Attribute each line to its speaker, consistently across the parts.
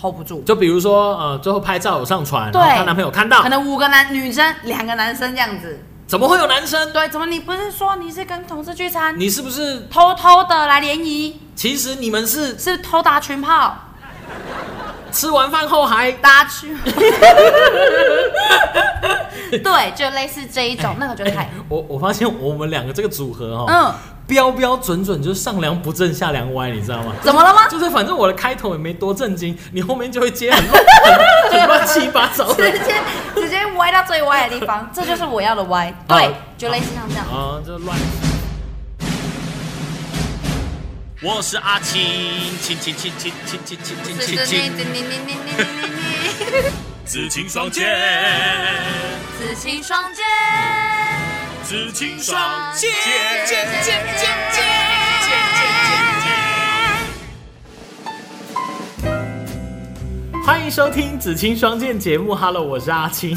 Speaker 1: hold 不住，
Speaker 2: 就比如说呃，最后拍照有上传，
Speaker 1: 对
Speaker 2: 然后她男朋友看到
Speaker 1: 可，能五个男女生，两个男生这样子。
Speaker 2: 怎么会有男生？
Speaker 1: 对，怎么你不是说你是跟同事聚餐，
Speaker 2: 你是不是？
Speaker 1: 偷偷的来联谊，
Speaker 2: 其实你们是
Speaker 1: 是偷打群炮？
Speaker 2: 吃完饭后还
Speaker 1: 搭去。对，就类似这一种，那个就太……
Speaker 2: 我我发现我们两个这个组合哦，
Speaker 1: 嗯，
Speaker 2: 标标准准就是上梁不正下梁歪，你知道吗？
Speaker 1: 怎么了吗？
Speaker 2: 就是反正我的开头也没多震惊，你后面就会接很乱很很乱七八糟
Speaker 1: 直
Speaker 2: 的
Speaker 1: 接直接歪到最歪的地方，这就是我要的歪。
Speaker 2: 好
Speaker 1: 对，就类似像这样。
Speaker 2: 啊，就乱。
Speaker 3: 我是阿青，青青青青青青青青
Speaker 1: 是
Speaker 3: 青
Speaker 1: 是你
Speaker 3: 青，
Speaker 1: 你你你你你你你，
Speaker 3: 紫青双剑，
Speaker 1: 紫青双剑，
Speaker 3: 紫青双剑。
Speaker 1: 剑剑剑剑剑。
Speaker 2: 欢迎收听《紫青双剑》节目，Hello，我是阿青。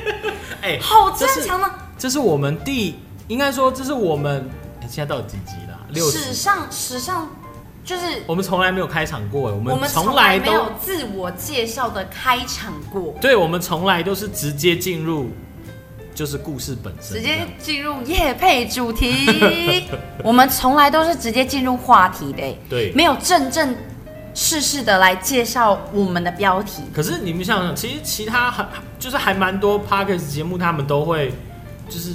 Speaker 2: 哎、
Speaker 1: 好
Speaker 2: 这是
Speaker 1: 正常的，
Speaker 2: 这是我们第，应该说这是我们、哎现在到底几集啦？六
Speaker 1: 史
Speaker 2: 十。
Speaker 1: 上史上就是
Speaker 2: 我们从来没有开场过，哎我
Speaker 1: 我
Speaker 2: 们
Speaker 1: 们
Speaker 2: 从
Speaker 1: 从
Speaker 2: 来
Speaker 1: 来没
Speaker 2: 都
Speaker 1: 有自我介绍的开场 过，
Speaker 2: 对，我们从来都是直接进入就是故事本
Speaker 1: 直
Speaker 2: 身，这
Speaker 1: 接
Speaker 2: 样
Speaker 1: 进入夜配主 题。我们从来都是直接进入话题的、
Speaker 2: 对
Speaker 1: 没有正正式式的来介绍我们的标题。
Speaker 2: 可是你们想想，其实其他很就是还蛮多 podcast 节目，他们都会就是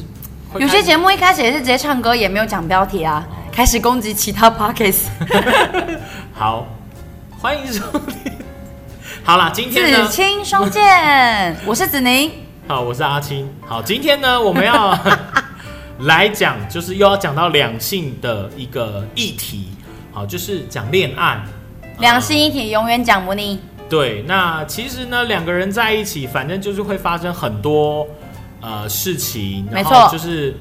Speaker 2: 会
Speaker 1: 有些节
Speaker 2: 目
Speaker 1: 目一开始也是直接唱歌，也没有讲标题啊，开始攻击其他 podcast。
Speaker 2: 好，欢迎收听。好啦，今天
Speaker 1: 紫
Speaker 2: 呢，
Speaker 1: 青双剑，我是子宁。
Speaker 2: 好，我是阿青。好，今天呢，我们要来讲，就是又要讲到两性的一个议题。好，就是讲恋爱，
Speaker 1: 两性一体，永远讲不腻。
Speaker 2: 对，那其实呢，两个人在一起，反正就是会发生很多呃事情，
Speaker 1: 没
Speaker 2: 然后
Speaker 1: 错
Speaker 2: 就是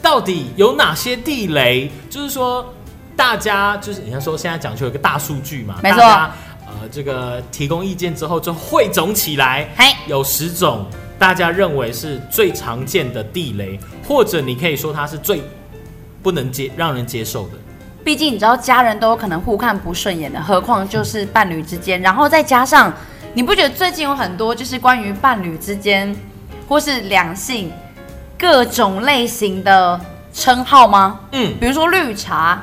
Speaker 2: 到底有哪些地雷，就是说大家就是人家说现在讲究有一个大数据嘛，
Speaker 1: 没错
Speaker 2: 大家呃，这个提供意见之后就汇总起来，
Speaker 1: 嘿，
Speaker 2: 有十种大家认为是最常见的地雷，或者你可以说它是最不能接让人接受的。
Speaker 1: 毕竟你知道，家人都有可能互看不顺眼的，何况就是伴侣之间。然后再加上，你不觉得最近有很多就是关于伴侣之间或是两性各种类型的称号吗？
Speaker 2: 嗯，
Speaker 1: 比如说绿茶，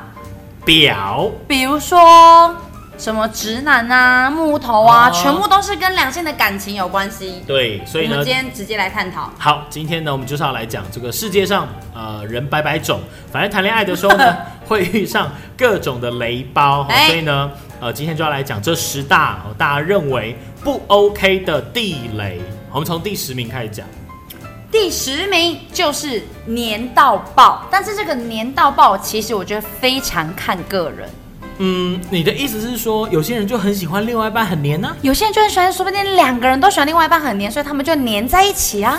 Speaker 2: 表
Speaker 1: 比如说什么直男啊、木头啊，
Speaker 2: 哦
Speaker 1: 全部都是跟两性的感情有关系。
Speaker 2: 对，所以
Speaker 1: 我
Speaker 2: 呢
Speaker 1: 们今，天直接来探讨。
Speaker 2: 好，今天呢，我们就是要来讲这个世界上呃人百百种，反正谈恋爱的时候呢，会遇上各种的雷包，哦
Speaker 1: 哎
Speaker 2: 所以呢，呃，今天就要来讲这十大、哦、大家认为不 OK 的地雷。我们从第十名开始讲，
Speaker 1: 第十名就是年到爆，但是这个年到爆其实我觉得非常看个人。
Speaker 2: 嗯，你的意思是说，有些人就很喜欢另外一半很黏呢、
Speaker 1: 有些人就很喜欢，说不定两个人都喜欢另外一半很黏，所以他们就黏在一起啊。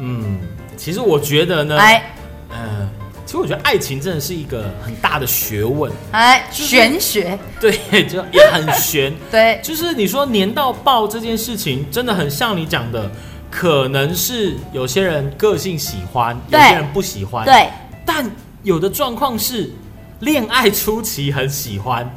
Speaker 2: 嗯，其实我觉得呢，
Speaker 1: 哎
Speaker 2: 呃，其实我觉得爱情真的是一个很大的学问，
Speaker 1: 哎，
Speaker 2: 就是
Speaker 1: 玄学，
Speaker 2: 对，就也很悬。
Speaker 1: 对，
Speaker 2: 就是你说黏到爆这件事情，真的很像你讲的，可能是有些人个性喜欢，有
Speaker 1: 对
Speaker 2: 些人不喜欢。，
Speaker 1: 对，
Speaker 2: 但有的状况是，恋爱初期很喜欢，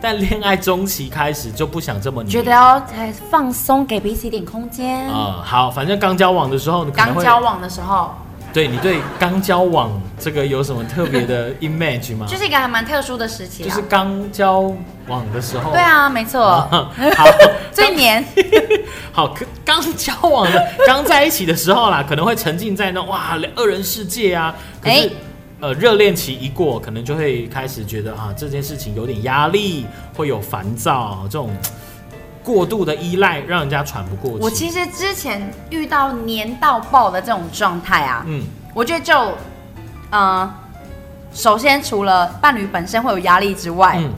Speaker 2: 但恋爱中期开始就不想这么黏。
Speaker 1: 觉得要哎放松，给彼此一点空间。
Speaker 2: 呃，好，反正刚交往的时候，你可能
Speaker 1: 刚
Speaker 2: 会
Speaker 1: 交，往的时候，
Speaker 2: 对你对刚交往这个有什么特别 的 image 吗？
Speaker 1: 就是一个还蛮特殊的时期
Speaker 2: 就
Speaker 1: 啊
Speaker 2: 是。哦刚交往的时候。
Speaker 1: 对。啊，没错，
Speaker 2: 好，
Speaker 1: 最黏。
Speaker 2: 好，可刚交往的、 刚在一起的时候啦，可能会沉浸在那哇二人世界啊。可是，
Speaker 1: 哎
Speaker 2: 呃，热恋期一过，可能就会开始觉得啊，这件事情有点压力，会有烦躁，这种过度的依赖让人家喘不过气。
Speaker 1: 我其实之前遇到黏到爆的这种状态啊，
Speaker 2: 嗯，
Speaker 1: 我觉得就，呃，首先除了伴侣本身会有压力之外，
Speaker 2: 嗯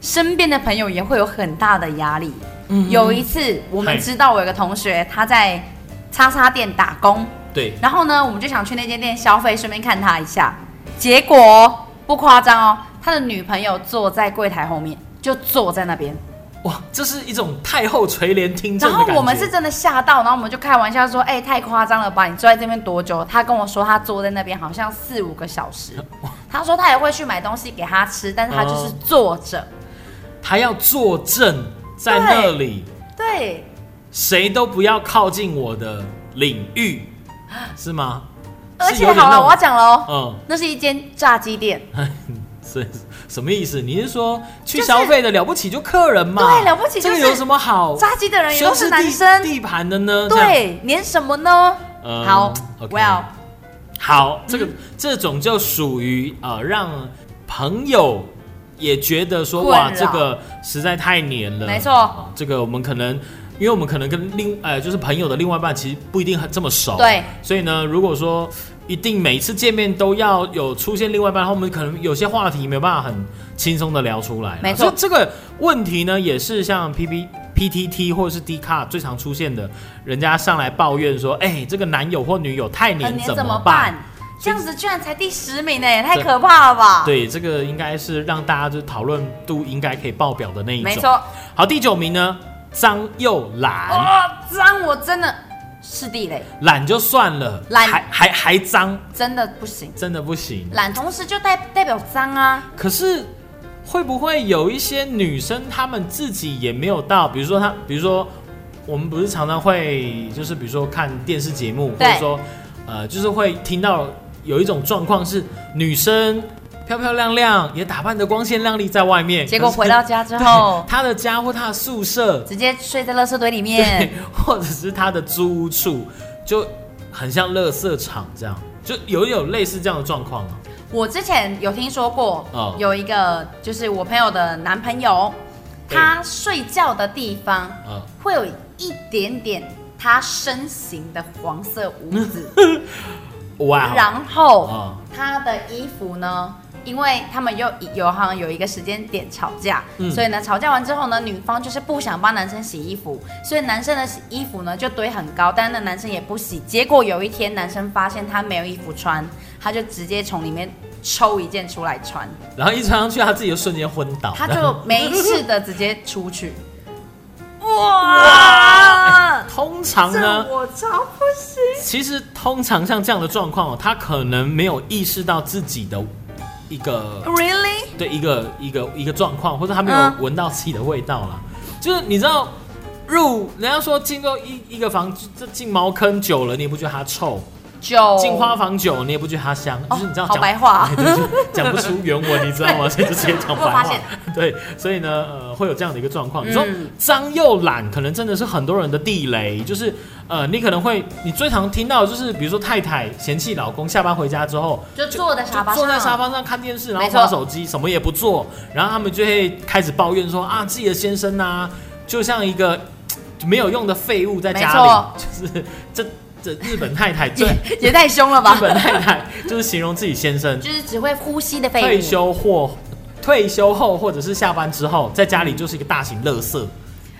Speaker 1: 身边的朋友也会有很大的压力。
Speaker 2: 嗯
Speaker 1: 有一次，我们
Speaker 2: 嗨
Speaker 1: 知道我有个同学他在叉叉店打工，
Speaker 2: 对，
Speaker 1: 然后呢，我们就想去那间店消费，顺便看他一下。结果不夸张哦，他的女朋友坐在柜台后面，就坐在那边。
Speaker 2: 哇，这是一种太后垂帘听政
Speaker 1: 然
Speaker 2: 的感
Speaker 1: 后
Speaker 2: 觉。
Speaker 1: 我们是真的吓到，然后我们就开玩笑说：“哎、太夸张了吧！你坐在这边多久？”他跟我说他坐在那边好像四五个小时。 他说他也会去买东西给他吃，但是他就是
Speaker 2: 哦
Speaker 1: 坐着。
Speaker 2: 他要坐正在那里
Speaker 1: 对，
Speaker 2: 谁都不要靠近我的领域，是吗？
Speaker 1: 而
Speaker 2: 是
Speaker 1: 且
Speaker 2: 有点
Speaker 1: 好了，
Speaker 2: 那种
Speaker 1: 我要讲喽，
Speaker 2: 嗯，
Speaker 1: 那是一间炸鸡店，
Speaker 2: 是什么意思？你是说去
Speaker 1: 就是
Speaker 2: 消费的了不起就客人嘛？
Speaker 1: 对了不起就是
Speaker 2: 这个有什么好？
Speaker 1: 炸鸡的人也
Speaker 2: 修
Speaker 1: 都
Speaker 2: 饰
Speaker 1: 是
Speaker 2: 地
Speaker 1: 男生，
Speaker 2: 地盘的呢？这样，
Speaker 1: 对，连什么呢？
Speaker 2: 嗯
Speaker 1: 好哦
Speaker 2: OK
Speaker 1: ，Well，
Speaker 2: 好，这个、这种就属于啊，呃让朋友也觉得说
Speaker 1: 困扰
Speaker 2: 哇，这个实在太黏了。
Speaker 1: 没错
Speaker 2: 啊这个我们可能。因为我们可能跟另呃，就是朋友的另外一半其实不一定很这么熟，
Speaker 1: 对，
Speaker 2: 所以呢，如果说一定每次见面都要有出现另外一半，然后我们可能有些话题没有办法很轻松的聊出来啦。
Speaker 1: 没错
Speaker 2: 这这个问题呢，也是像 P P P T T 或者是 D 卡最常出现的，人家上来抱怨说，哎、这个男友或女友太
Speaker 1: 很
Speaker 2: 黏
Speaker 1: 黏
Speaker 2: 怎
Speaker 1: 啊怎么
Speaker 2: 办
Speaker 1: 办？？这样子居然才第十名呢，也太可怕了吧？
Speaker 2: 对，这个应该是让大家就讨论度应该可以爆表的那一种。
Speaker 1: 没。错，
Speaker 2: 好，第九名呢，张又懒，
Speaker 1: 哦，脏我真的是地雷，
Speaker 2: 懒、就算了，
Speaker 1: 懒
Speaker 2: 还还还脏，
Speaker 1: 真的不行。
Speaker 2: 真的不行。
Speaker 1: 懒同时就代代表脏啊，
Speaker 2: 可是会不会有一些女生，她们自己也没有到，比如说她，比如说我们不是常常会就是比如说看电视节目，或
Speaker 1: 对
Speaker 2: 者说呃，就是会听到有一种状况是女生漂漂亮亮，也打扮得光鲜亮丽在外面，
Speaker 1: 结果
Speaker 2: 可是
Speaker 1: 回到家之
Speaker 2: 对
Speaker 1: 后，
Speaker 2: 她的家或她的宿舍，
Speaker 1: 直接睡在垃圾堆里
Speaker 2: 对
Speaker 1: 面，，
Speaker 2: 或者是她的租屋处，就很像垃圾场这样，就有有类似这样的状况啊。
Speaker 1: 我之前有听说过，
Speaker 2: 哦
Speaker 1: 有一个就是我朋友的男朋友，
Speaker 2: 对
Speaker 1: 他睡觉的地方
Speaker 2: 嗯
Speaker 1: 会有一点点他身形的黄色污渍，
Speaker 2: 哇、
Speaker 1: 然后
Speaker 2: 啊、
Speaker 1: 他的衣服呢，因为他们又有好像有一个时间点吵架，
Speaker 2: 嗯
Speaker 1: 所以呢吵架完之后呢，女方就是不想帮男生洗衣服，所以男生的洗衣服呢就堆很高，但是那男生也不洗，结果有一天男生发现他没有衣服穿，他就直接从里面抽一件出来穿。
Speaker 2: 然后一穿上去，他自己就瞬间昏倒。
Speaker 1: 他
Speaker 2: 这样
Speaker 1: 就没事的直接出去。哇！
Speaker 2: 通常呢，
Speaker 1: 我超不行。
Speaker 2: 其实通常像这样的状况哦，他可能没有意识到自己的一个
Speaker 1: Really？
Speaker 2: 对一个一个一个状况，或者他没有
Speaker 1: 嗯
Speaker 2: 闻到自己的味道啦。就是你知道，入人家说进入一一个房，这进茅坑久了，你也不觉得它臭；
Speaker 1: 酒
Speaker 2: 进花房久了，你也不觉得它香。
Speaker 1: 哦
Speaker 2: 就是你知道
Speaker 1: 好
Speaker 2: 讲
Speaker 1: 白 话
Speaker 2: 对就是讲不出原文，你知道吗？所以就直接讲
Speaker 1: 我有
Speaker 2: 白
Speaker 1: 发
Speaker 2: 话
Speaker 1: 现。
Speaker 2: 对，所以呢，呃，会有这样的一个状况。你说
Speaker 1: 嗯
Speaker 2: 脏又懒，可能真的是很多人的地雷，就是呃，你可能会，你最常听到的就是，比如说太太嫌弃老公下班回家之后。
Speaker 1: 就坐在沙发上，
Speaker 2: 坐在沙发上看电视，然后
Speaker 1: 没错
Speaker 2: 玩手机，什么也不做，然后他们就会开始抱怨说啊，自己的先生啊，就像一个嘖没有用的废物在家
Speaker 1: 没
Speaker 2: 里
Speaker 1: 错，
Speaker 2: 就是这这日本太 太，这
Speaker 1: 也也太凶了
Speaker 2: 日
Speaker 1: 吧？
Speaker 2: 本太太就是形容自己先生
Speaker 1: 就是只会呼吸的废物。
Speaker 2: 退休或退休后，或者是下班之后，在家里就是一个大型垃圾，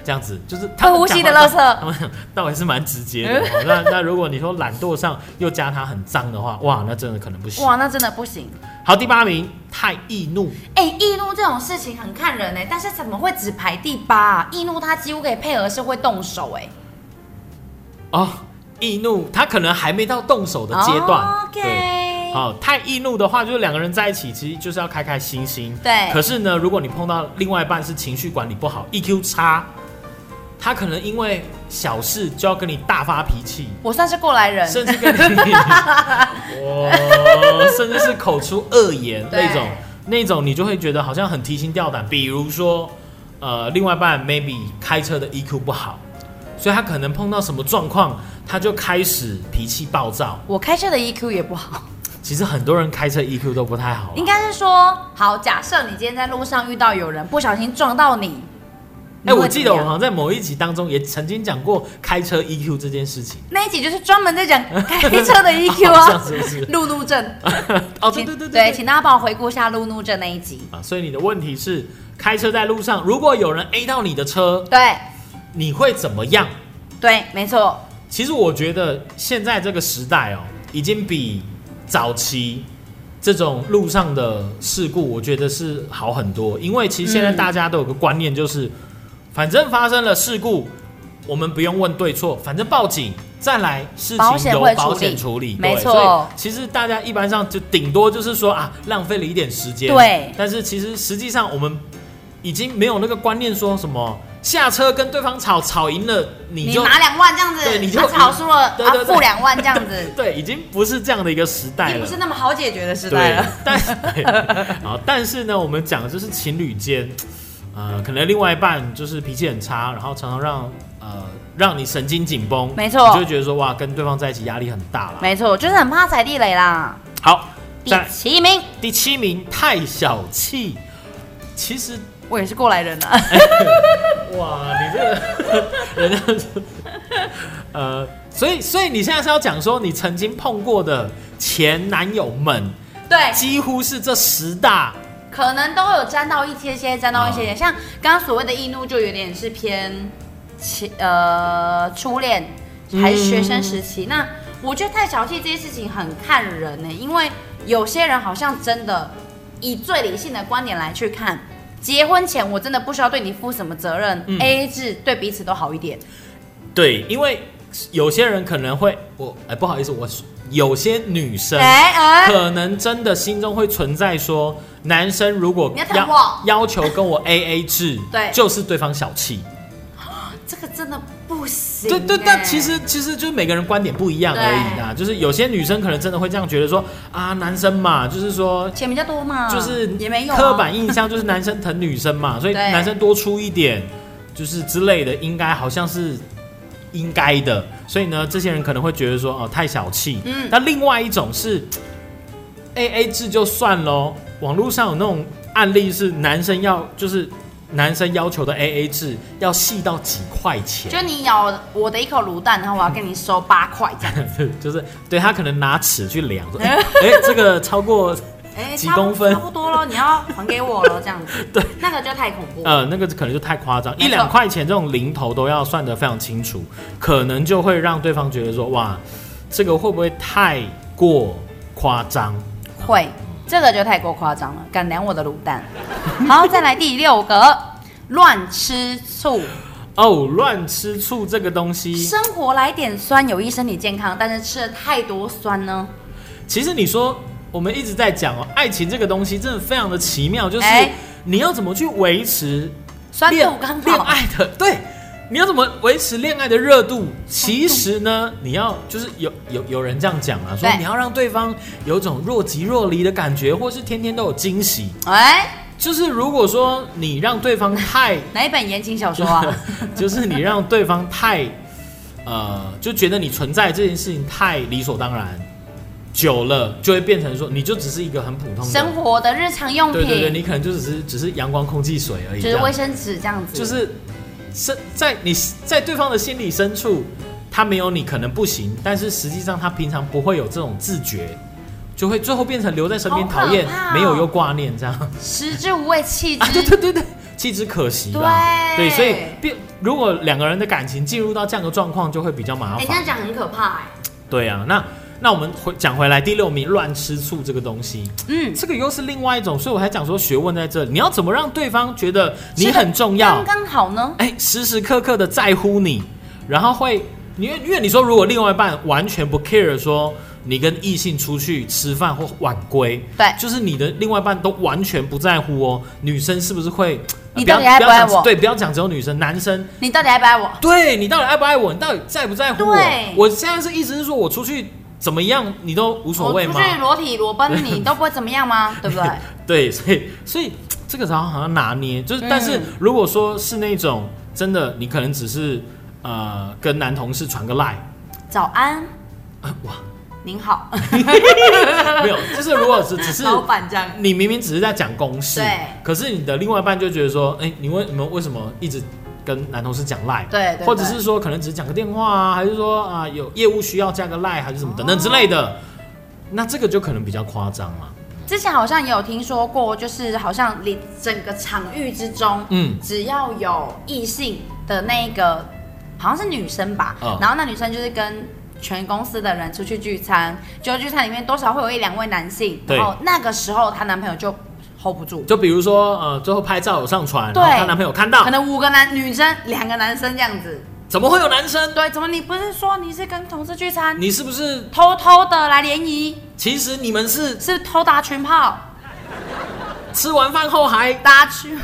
Speaker 2: 这样子就是他
Speaker 1: 会呼吸的垃圾
Speaker 2: 他 们倒也是蛮直接的。哦那那如果你说懒惰上又加他很脏的话，哇，那真的可能不行。
Speaker 1: 哇，那真的不行。
Speaker 2: 好，第八名太易怒，
Speaker 1: 哎、易怒这种事情很看人呢、欸但是怎么会只排第八、啊？易怒他几乎可以配合是会动手哎、
Speaker 2: 哦，易怒，他可能还没到动手的阶段。
Speaker 1: 哦
Speaker 2: 对。
Speaker 1: OK。
Speaker 2: 好，太易怒的话，就是两个人在一起，其实就是要开开心心。
Speaker 1: 对
Speaker 2: 可是呢，如果你碰到另外一半是情绪管理不好，EQ 差，他可能因为小事就要跟你大发脾气，
Speaker 1: 我算是过来人。
Speaker 2: 甚至跟你，哇，甚至是口出恶言
Speaker 1: 对
Speaker 2: 那种，那种你就会觉得好像很提心吊胆。比如说，呃，另外一半 maybe 开车的 EQ 不好，所以他可能碰到什么状况，他就开始脾气暴躁。
Speaker 1: 我开车的 EQ 也不好。
Speaker 2: 其实很多人开车 EQ 都不太好啦，
Speaker 1: 应该是说，好，假设你今天在路上遇到有人不小心撞到你，
Speaker 2: 哎、
Speaker 1: 你会
Speaker 2: 我记得
Speaker 1: 怎么
Speaker 2: 我
Speaker 1: 样
Speaker 2: 好像在某一集当中也曾经讲过开车 EQ 这件事情。
Speaker 1: 那一集就是专门在讲 开车的 EQ
Speaker 2: 好像
Speaker 1: 啊
Speaker 2: 是不是，
Speaker 1: 路怒症。
Speaker 2: 哦，对
Speaker 1: 请
Speaker 2: 对对
Speaker 1: 请大家帮我回顾一下路怒症那一集。
Speaker 2: 啊，所以你的问题是，开车在路上，如果有人 A 到你的车，
Speaker 1: 对
Speaker 2: 你会怎么样？
Speaker 1: 对，没错，
Speaker 2: 其实我觉得现在这个时代哦，已经比早期这种路上的事故，我觉得是好很多。因为其实现在
Speaker 1: 嗯
Speaker 2: 大家都有个观念，就是、反正发生了事故，我们不用问对错，反正报警，再来事
Speaker 1: 保
Speaker 2: 情
Speaker 1: 险
Speaker 2: 由
Speaker 1: 会
Speaker 2: 保
Speaker 1: 处
Speaker 2: 险
Speaker 1: 理
Speaker 2: 处理。对
Speaker 1: 没错
Speaker 2: 所以其实大家一般上就顶多就是说啊，浪费了一点时间。
Speaker 1: 对
Speaker 2: 但是其实实际上我们已经没有那个观念，说什么下车跟对方吵，吵赢了你
Speaker 1: 你
Speaker 2: 就
Speaker 1: 拿两万这样子，
Speaker 2: 对你就
Speaker 1: 他吵输了，
Speaker 2: 对对
Speaker 1: 啊
Speaker 2: 对，
Speaker 1: 付两万这样子
Speaker 2: 对，已经不是这样的一个时
Speaker 1: 已
Speaker 2: 代
Speaker 1: 经
Speaker 2: 了
Speaker 1: 不是。那么好解决的时代
Speaker 2: 对
Speaker 1: 了。，
Speaker 2: 但是对好，但 是呢，我们讲的就是情侣间，呃，可能另外一半就是脾气很差，然后常常让呃让你神经紧绷，
Speaker 1: 没错
Speaker 2: 你就会觉得说哇，跟对方在一起压力很大了。
Speaker 1: 没错，就是很怕踩地雷啦。
Speaker 2: 好，
Speaker 1: 第
Speaker 2: 再来
Speaker 1: 七名，
Speaker 2: 第七名太小气，其实
Speaker 1: 我也是过来人 啊，
Speaker 2: 哇，你这个人家说呃，所以所以你现在是要讲说你曾经碰过的前男友们，
Speaker 1: 对，
Speaker 2: 几乎是这十大
Speaker 1: 可能都有沾到一些些，沾到一
Speaker 2: 啊
Speaker 1: 些些。像刚刚所谓的易怒，就有点是偏其呃初恋还是学生时
Speaker 2: 嗯
Speaker 1: 期。那我觉得太小气这件事情很看人呢、因为有些人好像真的以最理性的观点来去看。结婚前我真的不需要对你负什么责任、
Speaker 2: 嗯
Speaker 1: a A 制对彼此都好一点。
Speaker 2: 对，因为有些人可能会，我哎不好意思，我有些女生
Speaker 1: 哎哎、
Speaker 2: 可能真的心中会存在说，男生如果
Speaker 1: 你要疼
Speaker 2: 要
Speaker 1: 我
Speaker 2: 要求跟我 A A 制，
Speaker 1: 对
Speaker 2: 就是对方小气。
Speaker 1: 这个真的不行、
Speaker 2: 对对，
Speaker 1: 哎
Speaker 2: 但其实其实就是每个人观点不一样而已啊，就是有些女生可能真的会这样觉得说啊，男生嘛，就是说。
Speaker 1: 钱比较多嘛，
Speaker 2: 就是
Speaker 1: 嗯也没有、啊、
Speaker 2: 刻板印象就是男生疼女生 嘛，所以
Speaker 1: 对
Speaker 2: 男生多出一点，就是之类的，应该好像是应该的。所以呢，这些人可能会觉得说，哦、太小气。
Speaker 1: 嗯
Speaker 2: 那另外一种是 A A 制就算喽，网络上有那种案例是男生要就是男生要求的 A A 制要细到几块钱，
Speaker 1: 就你咬我的一口卤蛋，然后我要跟你收八块这样。
Speaker 2: 就是对他可能拿尺去量，说哎、 哎这个超过
Speaker 1: 哎
Speaker 2: 几
Speaker 1: 差不
Speaker 2: 公分
Speaker 1: 差不多了，你要还给我了，这样子。
Speaker 2: 对，
Speaker 1: 那个就太恐怖了。
Speaker 2: 呃，那个可能就太夸张，
Speaker 1: 没错
Speaker 2: 一两块钱这种零头都要算得非常清楚，可能就会让对方觉得说，哇，这个会不会太过夸张？
Speaker 1: 会，这个就太过夸张了，敢量我的卤 蛋。好，再来第六个，乱吃醋。
Speaker 2: 哦，乱吃醋这个东西，
Speaker 1: 生活来点酸有益身体健康，但是吃了太多酸呢，
Speaker 2: 其实你说我们一直在讲哦，爱情这个东西真的非常的奇妙，就是
Speaker 1: 哎
Speaker 2: 你要怎么去维持
Speaker 1: 酸
Speaker 2: 恋
Speaker 1: 度刚
Speaker 2: 恋
Speaker 1: 好。
Speaker 2: 爱的对。你要怎么维持恋爱的热度？其实呢，你要就是有有有人这样讲啊，
Speaker 1: 嗯
Speaker 2: 说
Speaker 1: 对
Speaker 2: 你要让对方有种若即若离的感觉，或是天天都有惊喜。
Speaker 1: 哎，
Speaker 2: 就是如果说你让对方太，
Speaker 1: 哪一本言情小说 啊？
Speaker 2: 就是你让对方太，呃，就觉得你存在这件事情太理所当然，久了就会变成说，你就只是一个很普通的
Speaker 1: 生活的日常用
Speaker 2: 对对对，
Speaker 1: 品，
Speaker 2: 你可能就只是只是阳光、空气、水而已
Speaker 1: 就
Speaker 2: 这
Speaker 1: 是
Speaker 2: 样，
Speaker 1: 卫生纸这样子。
Speaker 2: 就是深在你在对方的心理深处，他没有你可能不行，但是实际上他平常不会有这种自觉，就会最后变成留在身边，
Speaker 1: 好可怕
Speaker 2: 讨厌、
Speaker 1: 哦
Speaker 2: 没有又挂念这样啊，
Speaker 1: 食之无味，弃之。
Speaker 2: 对对对对，弃之可惜啦。
Speaker 1: 对
Speaker 2: 所以变如果两个人的感情进入到这样的状况，就会比较麻
Speaker 1: 哎，
Speaker 2: 烦
Speaker 1: 这。样讲很可怕哎。
Speaker 2: 对啊，那那我们回讲回来，第六名乱吃醋这个东西，
Speaker 1: 嗯，
Speaker 2: 这个又是另外一种，所以我才讲说学问在这里，你要怎么让对方觉得你很重要
Speaker 1: 刚，刚好呢。
Speaker 2: 哎，时时刻刻的在乎你，然后会，因为因为你说如果另外一半完全不 care 说你跟异性出去吃饭或晚归，
Speaker 1: 对
Speaker 2: 就是你的另外一半都完全不在乎哦，女生是不是会？呃
Speaker 1: 你
Speaker 2: 不要
Speaker 1: 到底爱不爱
Speaker 2: 要讲
Speaker 1: 我
Speaker 2: 对，不要讲只有女生，男生
Speaker 1: 你到底爱不爱我？
Speaker 2: 对你到底爱不爱我？你到底在不在乎我
Speaker 1: 对？
Speaker 2: 我现在是意思是说我出去怎么样，你都无所谓
Speaker 1: 我
Speaker 2: 吗
Speaker 1: 出？去裸体裸奔，你都不会怎么样 吗？对不对？
Speaker 2: 对，所以所以这个好像好像拿捏，就是、
Speaker 1: 嗯
Speaker 2: 但是如果说是那种真的，你可能只是呃跟男同事传个赖，
Speaker 1: 早安，
Speaker 2: 啊哇，
Speaker 1: 您好，
Speaker 2: 没有，就是如果只只是
Speaker 1: 老板这样。
Speaker 2: 你明明只是在讲公事
Speaker 1: 对，
Speaker 2: 可是你的另外一半就觉得说，哎、你为你们为什么一直跟男同事讲赖？
Speaker 1: 对对，
Speaker 2: 或者是说可能只是讲个电话啊，还是说啊有业务需要加个赖，还是什么等等之类的，
Speaker 1: 哦
Speaker 2: 那这个就可能比较夸张了。
Speaker 1: 对之前好像也有听说过，就是好像你整个场域之中，
Speaker 2: 嗯，
Speaker 1: 只要有异性的那一个，好像是女生吧
Speaker 2: 嗯，
Speaker 1: 然后那女生就是跟。全公司的人出去聚餐，就聚餐里面多少会有一两位男性，
Speaker 2: 对
Speaker 1: 然后那个时候她男朋友就 hold 不住，
Speaker 2: 就比如说呃最后拍照有上传，
Speaker 1: 对
Speaker 2: 然后她男朋友看到
Speaker 1: 可，能五个男女生，两个男生这样子。
Speaker 2: 怎么会有男生？
Speaker 1: 对，怎么你不是说你是跟同事聚餐，
Speaker 2: 你是不是
Speaker 1: 偷偷的来联谊，
Speaker 2: 其实你们是
Speaker 1: 是偷打群炮？
Speaker 2: 吃完饭后还
Speaker 1: 大家去。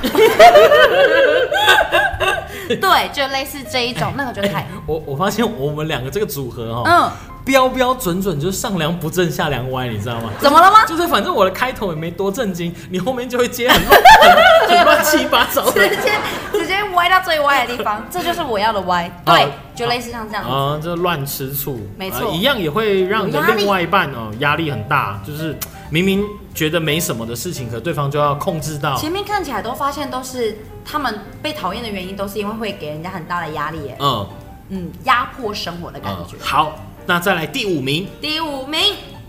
Speaker 1: 对，就类似这一种，那个就 太……
Speaker 2: 哎我我发现我们两个这个组合哦，
Speaker 1: 嗯，
Speaker 2: 标标准准就是上梁不正下梁歪，你知道吗？
Speaker 1: 怎么了吗？
Speaker 2: 就是反正我的开头也没多震惊，你后面就会接很乱很很乱七八糟 的
Speaker 1: 直接直接歪到最歪的地方， 这就是我要的歪。
Speaker 2: 好
Speaker 1: 对，就类似像这样子。
Speaker 2: 啊，这乱吃醋，
Speaker 1: 没
Speaker 2: 啊
Speaker 1: 错
Speaker 2: 一样也会让你的
Speaker 1: 有压力
Speaker 2: 另外一半哦压力很大，就是明明觉得没什么的事情，可对方就要控制到，
Speaker 1: 前面看起来都发现都是他们被讨厌的原因，都是因为会给人家很大的压力耶，
Speaker 2: 嗯，
Speaker 1: 嗯，压迫生活的感
Speaker 2: 嗯
Speaker 1: 觉。
Speaker 2: 好，那再来第五名，
Speaker 1: 第五名，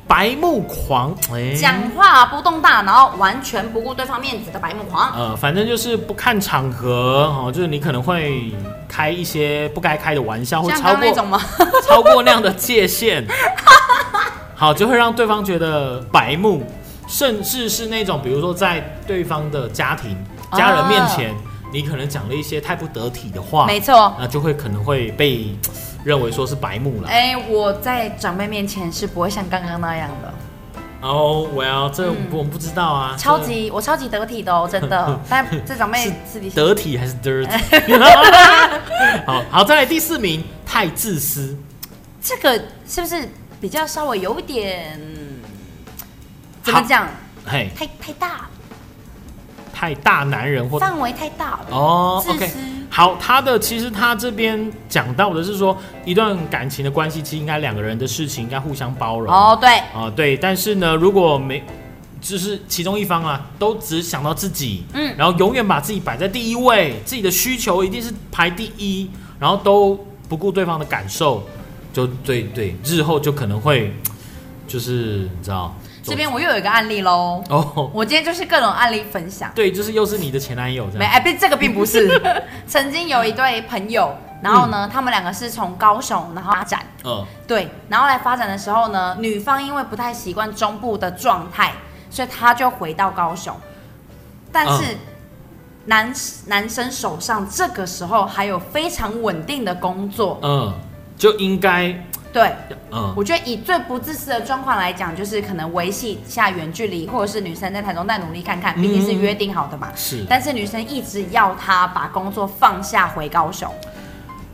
Speaker 2: 白目狂，哎
Speaker 1: 讲话不动大脑，完全不顾对方面子的白目狂。
Speaker 2: 呃，反正就是不看场合哦，就是你可能会开一些不该开的玩笑，或
Speaker 1: 像
Speaker 2: 哦超
Speaker 1: 刚刚那
Speaker 2: 过
Speaker 1: 种吗？
Speaker 2: 超过那样的界限， 好，就会让对方觉得白目，甚至是那种，比如说在对方的家庭、
Speaker 1: 啊
Speaker 2: 家人面前，你可能讲了一些太不得体的话，
Speaker 1: 没错。
Speaker 2: 那就会可能会被认为说是白目了。
Speaker 1: 哎、我在长辈面前是不会像刚刚那样的，
Speaker 2: 哦，我要这
Speaker 1: 嗯
Speaker 2: 我们不知道啊，
Speaker 1: 超级我超级得体的哦，真 的。但这长辈自己
Speaker 2: 这得体还是 dirty？好好，再来第四名，太自私。
Speaker 1: 这个是不是比较稍微有点怎么讲？
Speaker 2: 嘿，
Speaker 1: 太太大，
Speaker 2: 太大男人或
Speaker 1: 范围太大了。
Speaker 2: 哦
Speaker 1: 自
Speaker 2: ，OK
Speaker 1: 私。
Speaker 2: 好，他的其实他这边讲到的是说，一段感情的关系，其实应该两个人的事情应该互相包容。
Speaker 1: 哦，对，
Speaker 2: 啊、对，但是呢，如果没就是其中一方啊，都只想到自己，
Speaker 1: 嗯
Speaker 2: 然后永远把自己摆在第一位，自己的需求一定是排第一，然后都不顾对方的感受，就对对，日后就可能会就是你知道
Speaker 1: 这边我又有一个案例喽。
Speaker 2: 哦，
Speaker 1: 我今天就是各种案例分享。
Speaker 2: 对，就是又是你的前男友这
Speaker 1: 没，
Speaker 2: 样，
Speaker 1: 哎，并这个并不 是。曾经有一对朋友，然后呢，他们两个是从高雄然后发展，
Speaker 2: 嗯
Speaker 1: 对，然后来发展的时候呢，女方因为不太习惯中部的状态，所以她就回到高雄。但是
Speaker 2: 嗯
Speaker 1: 男、男生手上这个时候还有非常稳定的工作，
Speaker 2: 嗯，就应该
Speaker 1: 对
Speaker 2: 嗯
Speaker 1: 我觉得以最不自私的状况来讲，就是可能维系一下远距离，或者是女生在台中再努力看看，毕竟
Speaker 2: 嗯
Speaker 1: 是约定好的嘛。
Speaker 2: 是。
Speaker 1: 但是女生一直要他把工作放下回高雄，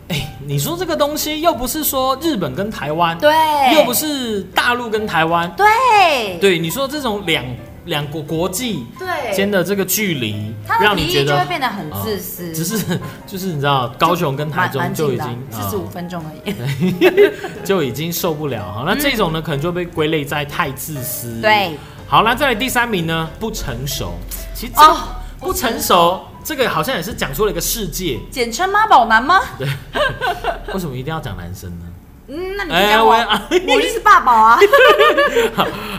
Speaker 2: 哎、你说这个东西又不是说日本跟台湾，
Speaker 1: 对，
Speaker 2: 又不是大陆跟台湾，
Speaker 1: 对
Speaker 2: 对，你说这种两两国国际间
Speaker 1: 对，
Speaker 2: 的这个距离，
Speaker 1: 他的
Speaker 2: 让
Speaker 1: 提
Speaker 2: 你觉
Speaker 1: 议就
Speaker 2: 得嗯啊
Speaker 1: 会变得很自私，
Speaker 2: 只是 就是你知道高雄跟台
Speaker 1: 蛮
Speaker 2: 中
Speaker 1: 蛮
Speaker 2: 就
Speaker 1: 近
Speaker 2: 已
Speaker 1: 的啊
Speaker 2: 经，
Speaker 1: 四十五
Speaker 2: 啊
Speaker 1: 分钟而已。
Speaker 2: 就已经受不了哈。那这种呢，可能就被归类在太自私。，
Speaker 1: 嗯对，
Speaker 2: 好，那再来第三名呢，不成熟。其实这个
Speaker 1: 哦
Speaker 2: 不成熟，这个好像也是讲出了一个世界。
Speaker 1: 简称妈宝男吗？
Speaker 2: 为什么一定要讲男生呢？
Speaker 1: 嗯，那你
Speaker 2: 哎
Speaker 1: 就讲我，
Speaker 2: 我 也
Speaker 1: 我就是爸宝啊。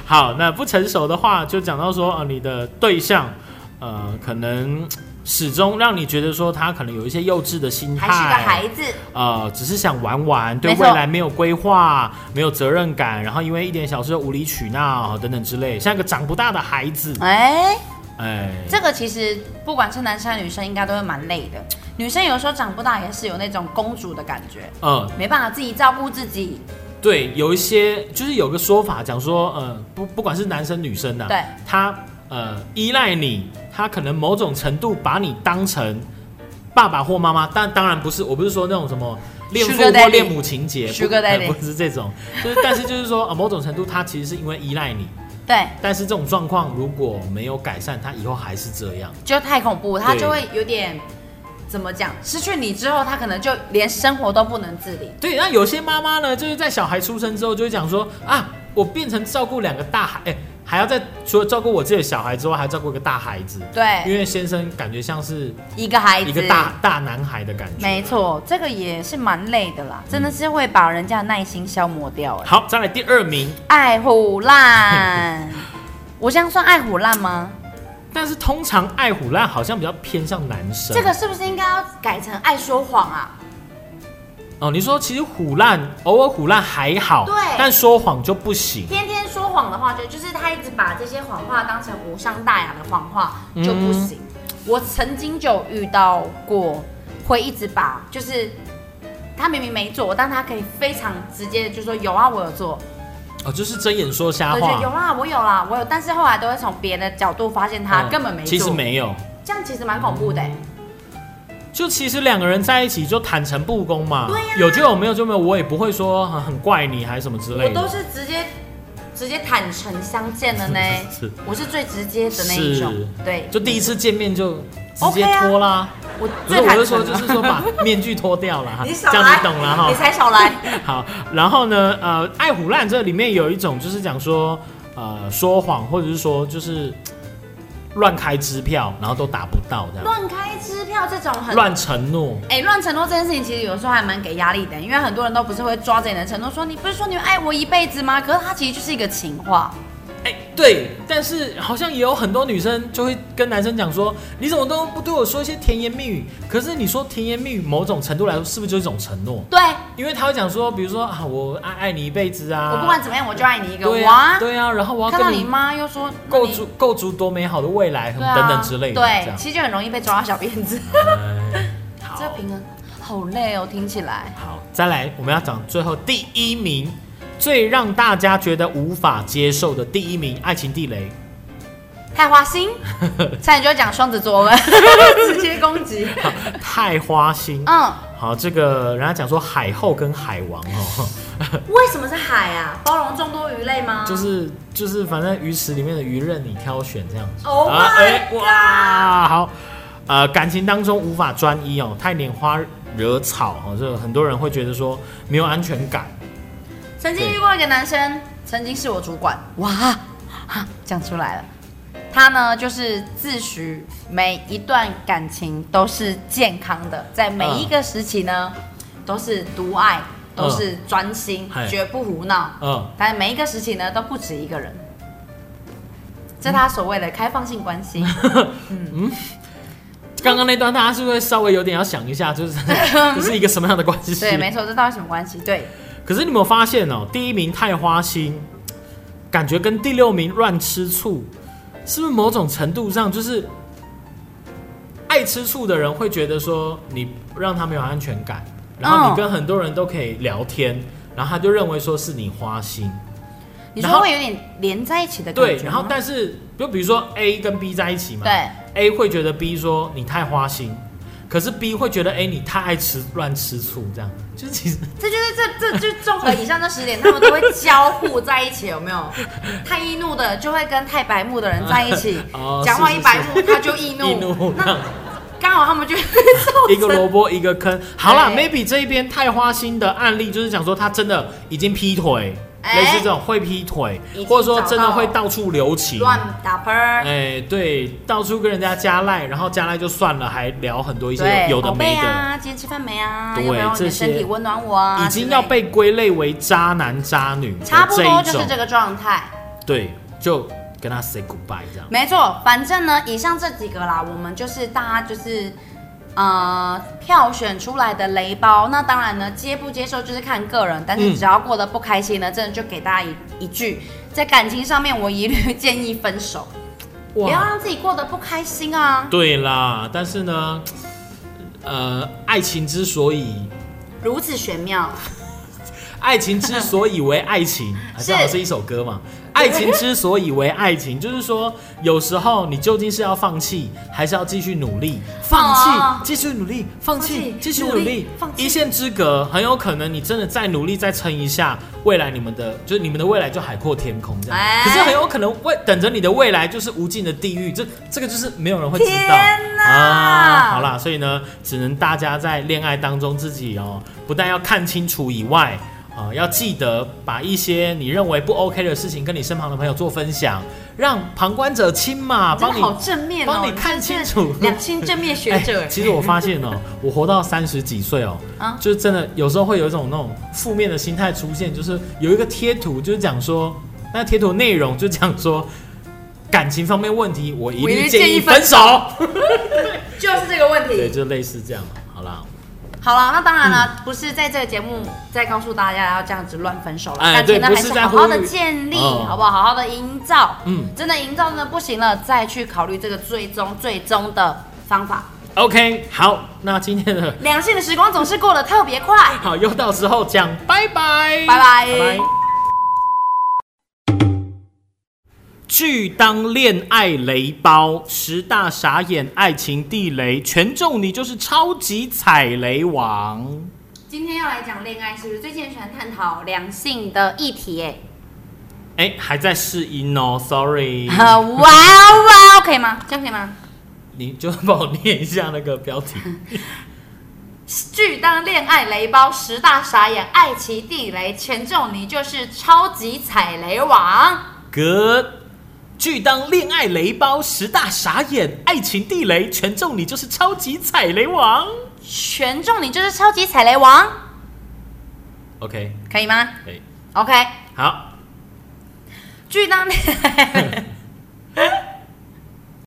Speaker 2: 好，那不成熟的话，就讲到说，呃，你的对象，呃，可能始终让你觉得说他可能有一些幼稚的心态，
Speaker 1: 还是个孩子，
Speaker 2: 呃，只是想玩玩，对
Speaker 1: 没错
Speaker 2: 未来没有规划，没有责任感，然后因为一点小事就无理取闹等等之类，像一个长不大的孩子，
Speaker 1: 哎、
Speaker 2: 哎，
Speaker 1: 这个其实不管是男生还是女生，应该都会蛮累的。女生有时候长不大也是有那种公主的感觉，
Speaker 2: 呃，
Speaker 1: 没办法自己照顾自己。
Speaker 2: 对，有一些就是有个说法讲说，呃，不不管是男生女生呐、啊
Speaker 1: 对，
Speaker 2: 他呃依赖你，他可能某种程度把你当成爸爸或妈妈，但当然不是，我不是说那种什么恋父
Speaker 1: Sugar
Speaker 2: 或
Speaker 1: daddy
Speaker 2: 恋母情节
Speaker 1: Sugar
Speaker 2: 不
Speaker 1: daddy
Speaker 2: 不是这种，就是但是就是说，呃，某种程度他其实是因为依赖你，
Speaker 1: 对，
Speaker 2: 但是这种状况如果没有改善，他以后还是这样。
Speaker 1: 就太恐怖，她
Speaker 2: 对
Speaker 1: 就会有点怎么讲？失去你之后，她可能就连生活都不能自理。
Speaker 2: 对，那有些妈妈呢，就是在小孩出生之后，就会讲说啊，我变成照顾两个大孩，哎、还要再除了照顾我自己的小孩之外，还要照顾一个大孩子，因
Speaker 1: 对，
Speaker 2: 为先生感觉像是
Speaker 1: 一个孩子，
Speaker 2: 一个大大男孩的感觉。
Speaker 1: 没错，这个也是蛮累的
Speaker 2: 嗯
Speaker 1: 啦，真的是会把人家的耐心消磨掉。哎，
Speaker 2: 好，再来第二名，
Speaker 1: 爱虎 烂，我这样算爱虎烂吗？
Speaker 2: 但是通常爱虎烂好像比较偏向男生。
Speaker 1: 这个是不是应该要改成爱说谎啊？
Speaker 2: 哦，你说其实虎烂偶尔虎烂还好，
Speaker 1: 对
Speaker 2: 但说谎就不行。
Speaker 1: 天天说谎的话，就就是他一直把这些谎话当成无伤大雅的谎话
Speaker 2: 嗯
Speaker 1: 就不行。我曾经就遇到过，会一直把就是他明明没做，但他可以非常直接的就说有啊，我有做。
Speaker 2: 哦，就是睁眼说瞎
Speaker 1: 对，就有
Speaker 2: 话，
Speaker 1: 啦，我有啦，我有，但是后来都会从别的角度发现他
Speaker 2: 嗯
Speaker 1: 根本没做，
Speaker 2: 其实没有，
Speaker 1: 这样，其实蛮恐怖的欸、
Speaker 2: 就其实两个人在一起就坦诚不公嘛，有就有，没有就没有，我也不会说啊很很怪你还是什么之
Speaker 1: 我
Speaker 2: 类的，，
Speaker 1: 都是直接直接坦诚相见的呢
Speaker 2: 是
Speaker 1: 我是最直接的那一种
Speaker 2: 是，
Speaker 1: 对，
Speaker 2: 就第一次见面就直
Speaker 1: OK
Speaker 2: 接
Speaker 1: 啊
Speaker 2: 脱啦，
Speaker 1: 我
Speaker 2: 不
Speaker 1: 最
Speaker 2: 是我
Speaker 1: 坦
Speaker 2: 就
Speaker 1: 诚
Speaker 2: 说
Speaker 1: 了。
Speaker 2: 就是说把面具脱掉啦，
Speaker 1: 你
Speaker 2: 这
Speaker 1: 少
Speaker 2: 样
Speaker 1: 来，
Speaker 2: 你懂了哈
Speaker 1: 你。才少来，
Speaker 2: 好，然后呢，呃，爱虎烂这里面有一种就是讲说，呃，说谎或者是说就是乱开支票，然后都打不到这样，
Speaker 1: 乱开支票这种很
Speaker 2: 乱承诺，
Speaker 1: 哎，乱承诺这件事情其实有时候还蛮给压力的，因为很多人都不是会抓着你的承诺说你不是说你爱我一辈子吗？可是它其实就是一个情话，
Speaker 2: 哎、对，但是好像也有很多女生就会跟男生讲说，你怎么都不对我说一些甜言蜜语？可是你说甜言蜜语，某种程度来说是不是就是一种承诺？
Speaker 1: 对
Speaker 2: 因为他会讲说，比如说啊，我爱爱你一辈子啊，
Speaker 1: 我不管怎么样我就爱你一个
Speaker 2: 对啊
Speaker 1: 哇。
Speaker 2: 对啊，然后我要
Speaker 1: 看到
Speaker 2: 跟
Speaker 1: 你
Speaker 2: 你
Speaker 1: 妈又说那
Speaker 2: 构
Speaker 1: 你
Speaker 2: 筑构筑多美好的未来，
Speaker 1: 对啊
Speaker 2: 等等之类的，这
Speaker 1: 对，
Speaker 2: 样
Speaker 1: 其实就很容易被抓到小辫子。 啊
Speaker 2: 哎
Speaker 1: 这个
Speaker 2: 好，
Speaker 1: 平衡好累哦，听起来。
Speaker 2: 好，再来，我们要讲最后第一名，最让大家觉得无法接受的第一名，爱情地 雷。
Speaker 1: 太花 心，差点就要讲双子座了，直接攻击。
Speaker 2: 太花心。
Speaker 1: 嗯，
Speaker 2: 好，这个人家讲说海后跟海王哦，
Speaker 1: 为什么是海啊？包容众多鱼类吗？
Speaker 2: 就是就是，反正鱼池里面的鱼任你挑选这样子。
Speaker 1: Oh
Speaker 2: 啊
Speaker 1: my
Speaker 2: 哎
Speaker 1: god！
Speaker 2: 哇，好，呃，感情当中无法专一哦，太拈花惹草哦，这个很多人会觉得说没有安全感。
Speaker 1: 曾经遇过一个男生，曾经是我主管。哇，哈讲出来了。他呢，就是自诩每一段感情都是健康的，在每
Speaker 2: 嗯
Speaker 1: 一个时期呢，都是独爱，都是专心，
Speaker 2: 嗨
Speaker 1: 绝不胡闹。
Speaker 2: 嗯，
Speaker 1: 但每一个时期呢，都不止一个人。这他所谓的开放性关系，
Speaker 2: 刚刚那段大家是不是稍微有点要想一下，就是 这 是一个什么样的关系？
Speaker 1: 对，没错，这到底什么关系？对，
Speaker 2: 可是你有没有发现哦，第一名太花心，感觉跟第六名乱吃醋，是不是某种程度上就是爱吃醋的人会觉得说你让他没有安全感，然后你跟很多人都可以聊天，然后他就认为说是你花心，
Speaker 1: 你
Speaker 2: 然
Speaker 1: 说
Speaker 2: 后
Speaker 1: 会有点连在一起嗯的感觉
Speaker 2: 对
Speaker 1: 吗，
Speaker 2: 然后但是就比如说 A 跟 B 在一起嘛，
Speaker 1: 对，
Speaker 2: A 会觉得 B 说你太花心，可是 B 会觉得 A 你太爱吃乱吃醋，这样就是其实
Speaker 1: 这就是这这就综合以上这十点，他们都会交互在一起，有没 有？太易怒的就会跟太白目的人在一起
Speaker 2: 哦，
Speaker 1: 讲话
Speaker 2: 是是
Speaker 1: 一白目他就易
Speaker 2: 易
Speaker 1: 怒
Speaker 2: 怒，这
Speaker 1: 那
Speaker 2: 样。
Speaker 1: 刚好他们就会
Speaker 2: 一个
Speaker 1: 造成
Speaker 2: 萝卜一个坑。好啦
Speaker 1: 对
Speaker 2: ，maybe 这一边太花心的案例就是讲说他真的已经劈腿，
Speaker 1: 哎
Speaker 2: 类似这种会劈腿
Speaker 1: 已，经
Speaker 2: 或者说真的
Speaker 1: 找到
Speaker 2: 会到处留情。
Speaker 1: 乱打喷儿，
Speaker 2: 哎，对，到处跟人家加赖，然后加赖就算了，还聊很多一些
Speaker 1: 对，
Speaker 2: 有的
Speaker 1: 宝贝
Speaker 2: 没的，
Speaker 1: 啊，今天吃饭没啊？
Speaker 2: 对
Speaker 1: 要不要让你
Speaker 2: 这
Speaker 1: 的
Speaker 2: 些
Speaker 1: 身体温暖我啊？
Speaker 2: 已经
Speaker 1: 之类
Speaker 2: 要被归类为渣男渣女的
Speaker 1: 差不
Speaker 2: 这
Speaker 1: 多就
Speaker 2: 一
Speaker 1: 是这
Speaker 2: 种，
Speaker 1: 个状态。
Speaker 2: 对，就跟他 say goodbye 这样。
Speaker 1: 没错，反正呢，以上这几个啦，我们就是大家就是呃票选出来的雷包。那当然呢，接不接受就是看个人，但是
Speaker 2: 嗯
Speaker 1: 只要过得不开心呢，真的就给大家一一句，在感情上面，我一律建议分手，不要
Speaker 2: 哇，
Speaker 1: 让自己过得不开心啊。
Speaker 2: 对啦，但是呢，呃，爱情之所以
Speaker 1: 如此玄妙，
Speaker 2: 爱情之所以为爱情，啊
Speaker 1: 是
Speaker 2: 正好是一首歌嘛。爱情之所以为爱情，就是说有时候你究竟是要放弃，还是要继续努力？放
Speaker 1: 哦
Speaker 2: 弃，继续努力，放
Speaker 1: 放
Speaker 2: 弃
Speaker 1: 弃，
Speaker 2: 继续
Speaker 1: 努
Speaker 2: 努
Speaker 1: 力
Speaker 2: 力
Speaker 1: 放，弃
Speaker 2: 一线之隔，很有可能你真的再努力再撑一下，未来你们的就是你们的未来就海阔天空这样。
Speaker 1: 哎
Speaker 2: 可是很有可能未等着你的未来就是无尽的地狱，这这个就是没有人会知道
Speaker 1: 天哪
Speaker 2: 啊。好啦。
Speaker 1: 嗯
Speaker 2: 啊，所以呢，只能大家在恋爱当中自己哦，不但要看清楚以外，啊、要记得把一些你认为不 OK 的事情跟你身旁的朋友做分享，让旁观者清嘛，
Speaker 1: 真
Speaker 2: 帮
Speaker 1: 的
Speaker 2: 你
Speaker 1: 好正面哦，
Speaker 2: 帮你看清楚
Speaker 1: 真是两性正面学
Speaker 2: 哎
Speaker 1: 者。
Speaker 2: 其实我发 现哦、我活到三十几岁哦、
Speaker 1: 啊
Speaker 2: 就是真的有时候会有一种那种负面的心态出现，就是有一个贴图，就是讲说，那贴图内容就讲说，感情方面问题，我一
Speaker 1: 我一
Speaker 2: 律
Speaker 1: 律
Speaker 2: 建
Speaker 1: 建
Speaker 2: 议
Speaker 1: 议
Speaker 2: 分
Speaker 1: 分
Speaker 2: 手。
Speaker 1: 就是这个问
Speaker 2: 对，
Speaker 1: 题。
Speaker 2: 就类似这样。好啦，
Speaker 1: 好了，那当然了，不是在这个节目再告诉大家要这样子乱分手了，
Speaker 2: 哎
Speaker 1: 感情呢
Speaker 2: 对不
Speaker 1: 还
Speaker 2: 是
Speaker 1: 是
Speaker 2: 在
Speaker 1: 好
Speaker 2: 呼
Speaker 1: 好的
Speaker 2: 吁
Speaker 1: 建立，
Speaker 2: 嗯
Speaker 1: 好不好？好好的营造，
Speaker 2: 嗯
Speaker 1: 真的营造真的不行了，再去考虑这个最终最终的方法。
Speaker 2: OK，好，那今天的
Speaker 1: 两性的时光总是 过得特别快，
Speaker 2: 好，又到时候讲，拜拜，
Speaker 1: 拜拜
Speaker 2: 拜拜拒当恋爱雷包，十大傻眼爱情地雷，全中你就是超级踩雷王。
Speaker 1: 今天要来讲恋爱，是不是？最近很喜欢探讨两性的议题、耶。
Speaker 2: 哎，还在试音哦，sorry，
Speaker 1: 哎，哇哇，可以吗？这样可以吗？
Speaker 2: 你就帮我念一下那个标题。
Speaker 1: 拒当恋爱雷包，十大傻眼爱情地雷，全中你就是超级踩雷王。
Speaker 2: 哥，拒当恋爱雷包，十大傻眼爱情地雷，全中你就是超级踩雷王。
Speaker 1: 全中你就是超级踩雷王，
Speaker 2: OK，哎
Speaker 1: 可以吗
Speaker 2: 可以，
Speaker 1: ？OK，
Speaker 2: 好，
Speaker 1: 拒当恋